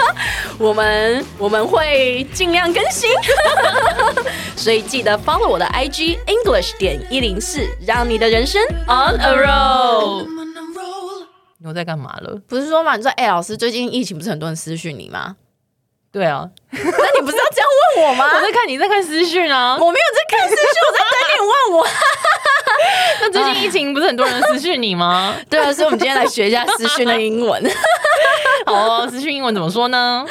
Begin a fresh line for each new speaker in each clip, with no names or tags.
我们我们会尽量更新， 所以记得 follow 我的 IG English 点一零四，让你的人生 on a roll。
I'm on a roll.
我在干嘛了？
不是说嘛？你说，哎、老师，最近疫情不是很多人私讯你吗？
对啊，
那你不是要这样问我吗？
我在看你在看私讯啊。
我没有在看私讯，我在等你问我。
那最近疫情不是很多人私讯你吗？
对啊，所以我们今天来学一下私讯的英文，
好哦，私讯英文怎么说呢？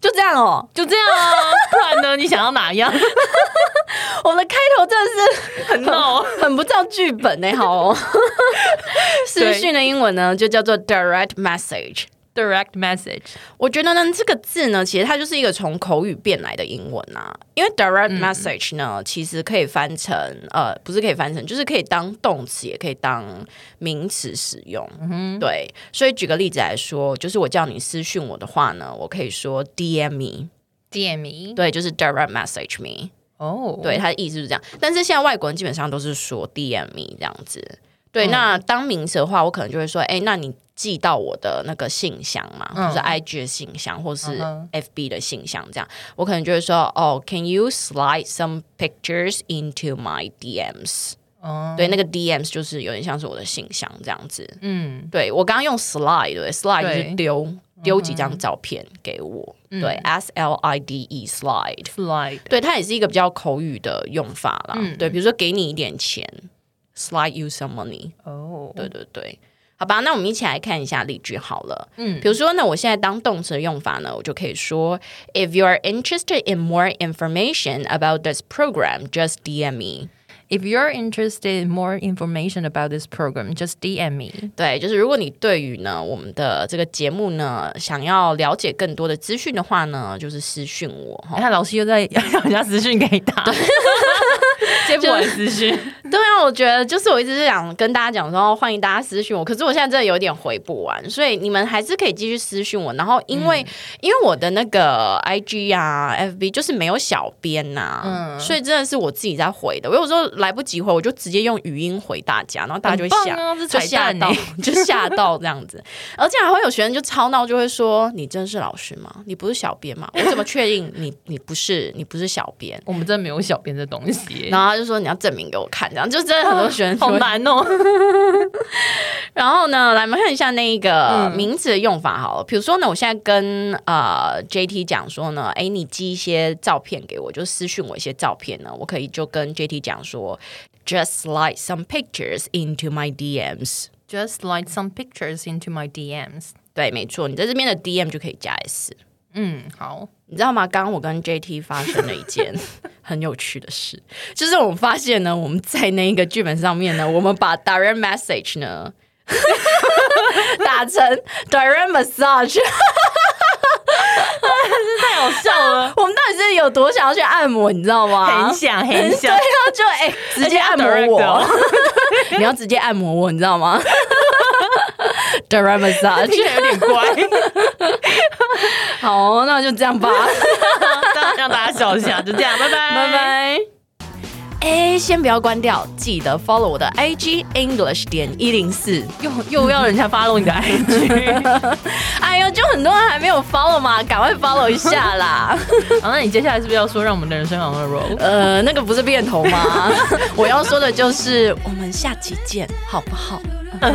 就这样哦。
就这样 啊，不然呢？你想要哪样？
我们的开头真的是很
闹
很不照剧本呢、好哦。私讯的英文呢，就叫做 direct message。
direct message，
我觉得呢，这个字呢，其实它就是一个从口语变来的英文啊。因为 direct message 呢，其实可以翻成呃，不是可以翻成，就是可以当动词，也可以当名词使用。
嗯
对，所以举个例子来说，就是我叫你私讯我的话呢，我可以说 DM me，
DME，
对，就是 direct message me。
哦，
对，，它的意思是这样。但是现在外国人基本上都是说 DM me E 这样子。对，
嗯
那当名词的话，我可能就会说，哎、那你寄到我的那个信箱嘛，就是 IG 的信箱，或是
嗯
FB 的信箱这样。我可能就会说，哦，Can you slide some pictures into my DMs？、
哦
对，那个 DMs 就是有点像是我的信箱这样子。
嗯
对我刚刚用 slide，对，slide 就
对嗯
是丢丢几张照片给我，对，S L I D E slide。
，slide，
对，它也是一个比较口语的用法啦。对，比如说给你一点钱，slide you some money。
哦，
对对对，好吧，那我们一起来看一下例句好了。嗯，
嗯
比如说呢，我现在当动词的用法呢，我就可以说，If you are interested in more information about this program, just DM me。
If you're interested in more information about this program, just E DM me.
对，就是如果你对于呢我们的这个节目呢想要了解更多的资讯的话呢，就是私讯我哈。
你看，老师又在 让人家私讯给他， 接不完私讯。
对啊，我觉得就是我一直是想跟大家讲说，欢迎大家私讯我，可是我现在真的有点回不完，所以你们还是可以继续私讯我。然后因为、
嗯
因为我的那个 IG 啊、FB 就是没有小编呐、
嗯
所以真的是我自己在回的。我有时候来不及回，我就直接用语音回大家，然后大家就会
很
吓，
棒啊这
就
彩
吓
蛋
到
欸，
就吓到这样子。而且还会有学生就超闹，就会说：“你真的是老师吗？你不是小编吗？我怎么确定你你不是你不是小编？”
我们真的没有小编这东西，
然后他就说你要证明给我看，这样就真的很多学生
好
说。
难哦。
然后呢，来我们看一下那一个名词的用法好了。比如说呢，我现在跟呃 JT 讲说呢，哎，你寄一些照片给我，就私讯我一些照片呢，我可以就跟 JT 讲说，just slide some pictures into my DMs。
Just slide some pictures into my DMs.
对，没错，你在这边的 DM 就可以加 S。
嗯，好，
你知道吗？刚刚我跟 JT 发生了一 件很有趣的事，就是我们发现呢，我们在那个剧本上面呢，我们把 direct message 呢 打成 direct massage，
太好笑了，
我们到底是有多想要去按摩，你知道吗？
很想很
对
想
啊。，就哎、直接按摩
而且要 direct
我
哦，
你要直接按摩我，你知道 吗？direct
听
massage，
起来有点怪，
好，那就这样吧，
让让大家笑一下，就这样，拜拜，
拜。拜。哎，先不要关掉，记得 follow 我的 IG English 点一零四。
又又要人家 follow 你的 IG，
哎呦，就很多人还没有 follow 嘛，赶快 follow 一下啦。
好，那你接下来是不是要说让我们的人生 on a roll？
呃，那个不是变头吗？ 我要说的就是，我们下期见，好不好？
I